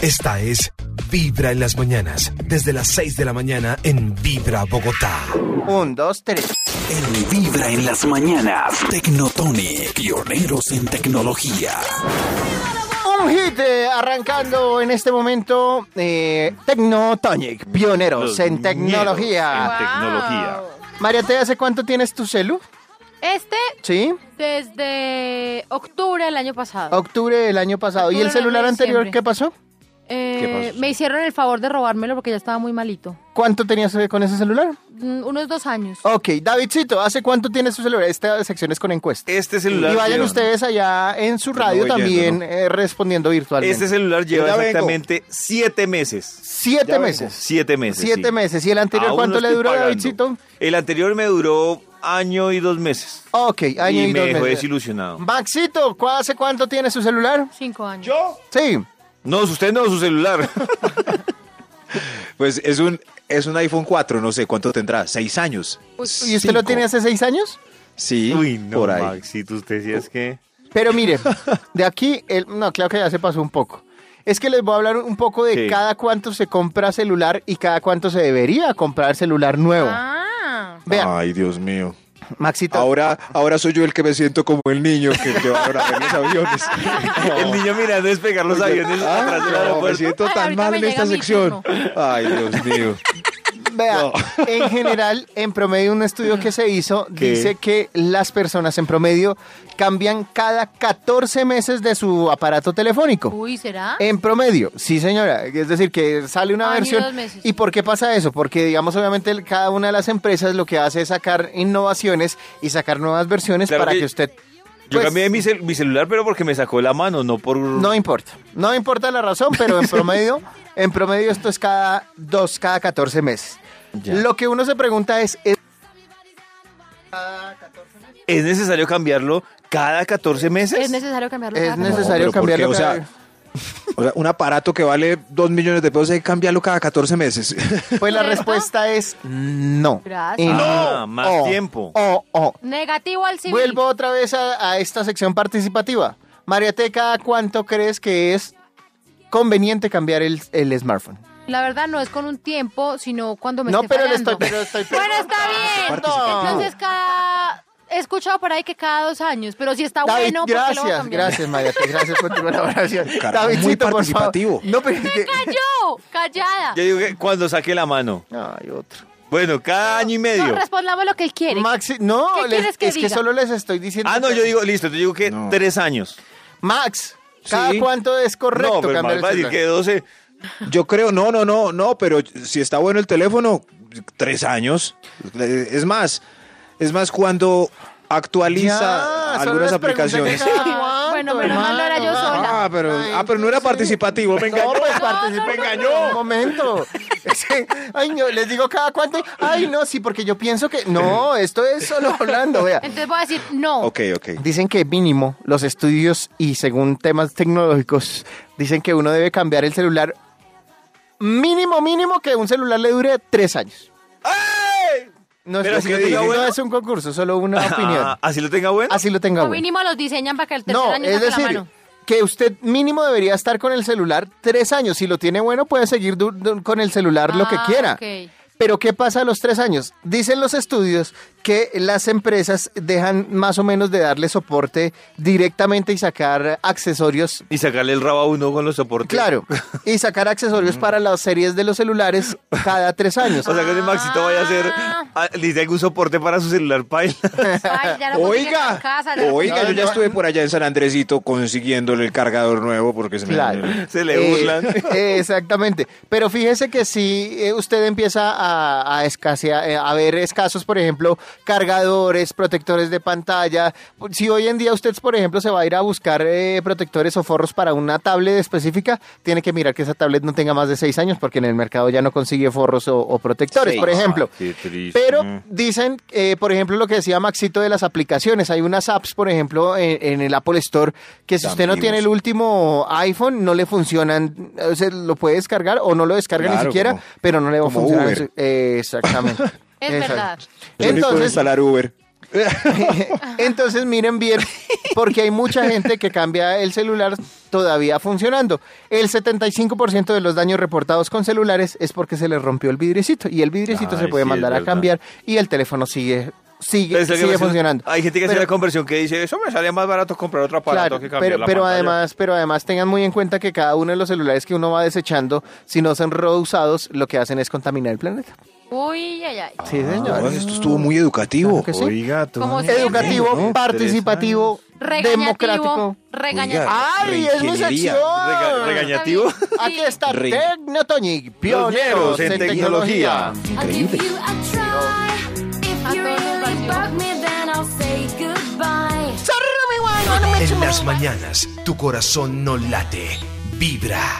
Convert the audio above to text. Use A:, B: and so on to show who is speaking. A: Esta es Vibra en las mañanas, desde las 6 de la mañana en Vibra Bogotá.
B: Un, dos, tres.
C: En Vibra en las mañanas, Tecnotonic, pioneros en tecnología.
B: Un hit eh, arrancando en este momento eh, Tecnotonic, pioneros
D: Los
B: en
D: ñeros
B: tecnología.
D: En tecnología.
E: Wow.
B: María, ¿te hace cuánto tienes tu celu?
E: Este
B: Sí,
E: desde octubre del año pasado.
B: octubre del año pasado. ¿Y el
E: Octubre,
B: celular
E: noviembre,
B: anterior
E: diciembre.
B: qué pasó?
E: Eh,
D: ¿Qué pasó?
E: me hicieron el favor de robármelo porque ya estaba muy malito.
B: ¿Cuánto tenías eh, con ese celular?
E: Mm, Unos dos años.
B: Ok, Davidcito, ¿hace cuánto tienes tu celular? Esta sección es con encuesta.
D: Este celular.
B: Y vayan
D: lleva-
B: ustedes allá en su
D: Pues no
B: radio
D: voy yendo,
B: también
D: ¿no?
B: eh, respondiendo virtualmente.
D: Este celular lleva
F: Yo ya vengo.
D: exactamente siete meses.
B: Siete
F: Ya vengo.
B: meses.
D: Siete meses.
B: Siete
D: sí.
B: meses. ¿Y el anterior
D: Aún
B: cuánto
D: lo
B: le
D: estoy
B: duró,
D: pagando.
B: Davidcito?
D: El anterior me duró año y dos meses.
B: Ok, año y,
D: y me
B: dos
D: dejó
B: meses.
D: desilusionado.
B: Maxito, ¿cu- ¿hace cuánto tiene su celular?
E: Cinco años.
F: Yo,
B: Sí.
D: No, usted no, su celular.
F: pues es un, es un iPhone 4, no sé cuánto tendrá, seis años.
B: ¿Y usted lo
F: Cinco.
B: tiene hace seis años?
F: Sí, por ahí.
D: Maxito, usted sí es que...
B: Pero mire, de aquí, el, no, claro que ya se pasó un poco. Es que les voy a hablar un poco de
D: Sí.
B: cada cuánto se compra celular y cada cuánto se debería comprar celular nuevo.
E: Ah.
B: Vean,
F: Ay, Dios mío.
B: Maxito.
F: Ahora, ahora soy yo el que me siento como el niño que llevaron a ver los aviones.
D: El niño mirando despegar los aviones
F: Ah,
D: atrás del
F: no, me
D: aeropuerto.
F: siento
E: Ay,
F: tan
E: ahorita
F: mal
E: me
F: en
E: llega
F: esta
E: mi
F: sección.
E: turno.
F: Ay, Dios mío.
B: Vea, en general, en promedio, un estudio que se hizo
D: ¿Qué?
B: dice que las personas en promedio cambian cada 14 meses de su aparato telefónico.
E: Uy, ¿será?
B: En promedio, sí señora, es decir, que sale una
E: Año y
B: versión.
E: Ah, dos meses.
B: ¿Y por qué pasa eso? Porque digamos, obviamente, el- cada una de las empresas lo que hace es sacar innovaciones y sacar nuevas versiones
D: Claro
B: para
D: que-
B: que usted...
D: Yo
B: pues,
D: cambié mi, cel- mi celular, pero porque me sacó la mano, no por...
B: No importa, no importa la razón, pero en promedio, en promedio esto es cada dos, cada 14 meses.
D: Ya.
B: Lo que uno se pregunta es, ¿es
D: ¿Es necesario cambiarlo cada 14 meses?
E: Es necesario cambiarlo.
B: Es
E: cada
F: No,
B: necesario
F: pero ¿por
B: cambiarlo
F: qué? O
B: cada-
F: sea, o sea, un aparato que vale 2 millones de pesos hay que cambiarlo cada 14 meses.
B: Pues la
E: ¿Cierto?
B: respuesta es no.
E: Gracias.
B: Y
D: Ah, más
B: o,
D: tiempo.
B: o, o.
E: Negativo al civil.
B: Vuelvo otra vez a, a esta sección participativa. Mariateca, ¿cuánto crees que es conveniente cambiar el, el smartphone?
E: La verdad no es con un tiempo, sino cuando me
B: No,
E: esté
B: pero le
E: fallando.
B: estoy- pero estoy
E: bueno, está bien.
F: participando.
E: Entonces cada... He escuchado por ahí que cada dos años, pero si está
B: David,
E: Ah, bueno, ¿por qué lo voy a
B: gracias,
E: cambiar?
B: gracias, Mariateca, gracias por tu colaboración.
F: Carajo, muy
B: Davidcito, por favor.
F: participativo.
B: No, pero es que-
E: ¡Cayó! ¡Callada!
D: Yo digo que cuando saque la mano.
B: Ay, otro.
D: Bueno, cada año y
E: No,
D: medio.
E: respondamos lo que él quiere.
B: Maxi, no,
E: ¿Qué
B: les-
E: quieres que
B: es que
E: diga?
B: solo les estoy diciendo.
D: Ah, no,
B: que-
D: yo digo, listo, yo digo que
F: No.
D: tres años.
B: Max, ¿cada
F: Sí.
B: cuánto es correcto
D: no, pero
B: cambiar
D: más
B: el
D: va a decir
B: celular?
D: que 12.
F: Yo creo, no, no, no, no, pero si está bueno el teléfono, tres años. Es más, es más cuando actualiza
B: Ya, solo
F: algunas
B: les pregunté que
F: aplicaciones.
B: cada
E: Ah,
B: cuánto,
E: bueno, menos mal no era
B: hermano.
E: yo sola.
F: Ah, pero, ah, pero no era participativo, me engañó.
B: No, pues participé.
F: Me engañó.
B: Un momento. Es que, Ay, no, les digo cada cuánto. Ay, no, sí, porque yo pienso que. No, esto es solo hablando, vea.
E: Entonces voy a decir no.
F: Ok, ok.
B: Dicen que mínimo los estudios y según temas tecnológicos, dicen que uno debe cambiar el celular. Mínimo, mínimo que un celular le dure tres años. No, es
D: Pero
B: lo
D: si
B: que
D: lo tenga
B: dicen,
D: bueno.
B: no es un concurso, solo una opinión.
D: Ah, ¿Así lo tenga bueno?
B: Así lo tenga
E: O
B: bueno.
E: mínimo los diseñan para que el tercer
B: No,
E: año
B: es
E: saque la
B: decir,
E: mano.
B: que usted mínimo debería estar con el celular tres años. Si lo tiene bueno, puede seguir du- du- con el celular lo que
E: Ah,
B: quiera.
E: ok.
B: Pero ¿qué pasa a los tres años? Dicen los estudios que las empresas dejan más o menos de darle soporte directamente y sacar accesorios.
D: Y sacarle el rabo a uno con los soportes.
B: Claro, y sacar accesorios para las series de los celulares cada tres años.
D: O sea, que ese Maxito vaya a hacer,
E: Ah.
D: a- le hice algún soporte para su celular paila.
E: Ay, ya no consigue
F: Oiga,
E: la casa, ya no
F: oiga,
E: consigue-
F: yo ya estuve por allá en San Andresito consiguiéndole el cargador nuevo porque se me-
B: Claro.
D: Se le
B: Eh,
D: burlan.
B: eh, exactamente. Pero fíjese que si eh, usted empieza a, a escasear, eh, a ver escasos, por ejemplo, cargadores, protectores de pantalla. Si hoy en día usted, por ejemplo, se va a ir a buscar eh, protectores o forros para una tablet específica, tiene que mirar que esa tablet no tenga más de seis años porque en el mercado ya no consigue forros o, o protectores,
F: Seis.
B: por ejemplo.
D: Qué triste.
F: Mm.
B: Pero dicen, eh, por ejemplo, lo que decía Maxito de las aplicaciones. Hay unas apps, por ejemplo, en, en el Apple Store, que si
F: Tan
B: usted no tiene
F: vivos.
B: el último iPhone, no le funcionan. O sea, lo puede descargar o no lo descarga ni
F: Claro,
B: siquiera,
F: como-
B: pero no le va a
F: como
B: funcionar.
F: Uber.
B: Eh, exactamente.
E: Es
B: Exacto.
E: verdad.
F: Yo ni puedo
B: Entonces,
F: instalar Uber.
B: Entonces miren bien, porque hay mucha gente que cambia el celular todavía funcionando. El 75% de los daños reportados con celulares es porque se les rompió el vidriecito y el vidriecito
D: Ay,
B: se puede
D: sí, es
B: mandar a
D: verdad.
B: cambiar y el teléfono sigue sigue
D: Pensé que
B: sigue
D: me-
B: funcionando.
D: Hay gente que hace
B: Pero-
D: la conversión que dice, eso me salía más barato comprar otro aparato
B: Claro,
D: que cambiar
B: pero,
D: la
B: pero
D: pantalla".
B: además, pero además tengan muy en cuenta que cada uno de los celulares que uno va desechando, si no son reusados, lo que hacen es contaminar el planeta.
E: Uy, ay, ay.
B: Sí,
D: Ah,
B: señor.
F: No, Ah, esto estuvo muy educativo.
B: Claro que sí.
D: Oiga, tú.
E: Como siempre.
B: Educativo, participativo, democrático.
E: Regañativo. Regañativo.
F: Oiga,
B: ¡Ay, es mi
F: Reingeniería.
B: sección!
D: Rega- regañativo.
E: Sí.
B: Aquí está
F: Rey.
B: Tecnotonic, pioneros en,
D: en
B: tecnología.
D: tecnología.
G: I'll give you a try. If you really bug me, then I'll say goodbye.
A: En las mañanas, tu corazón no late, vibra.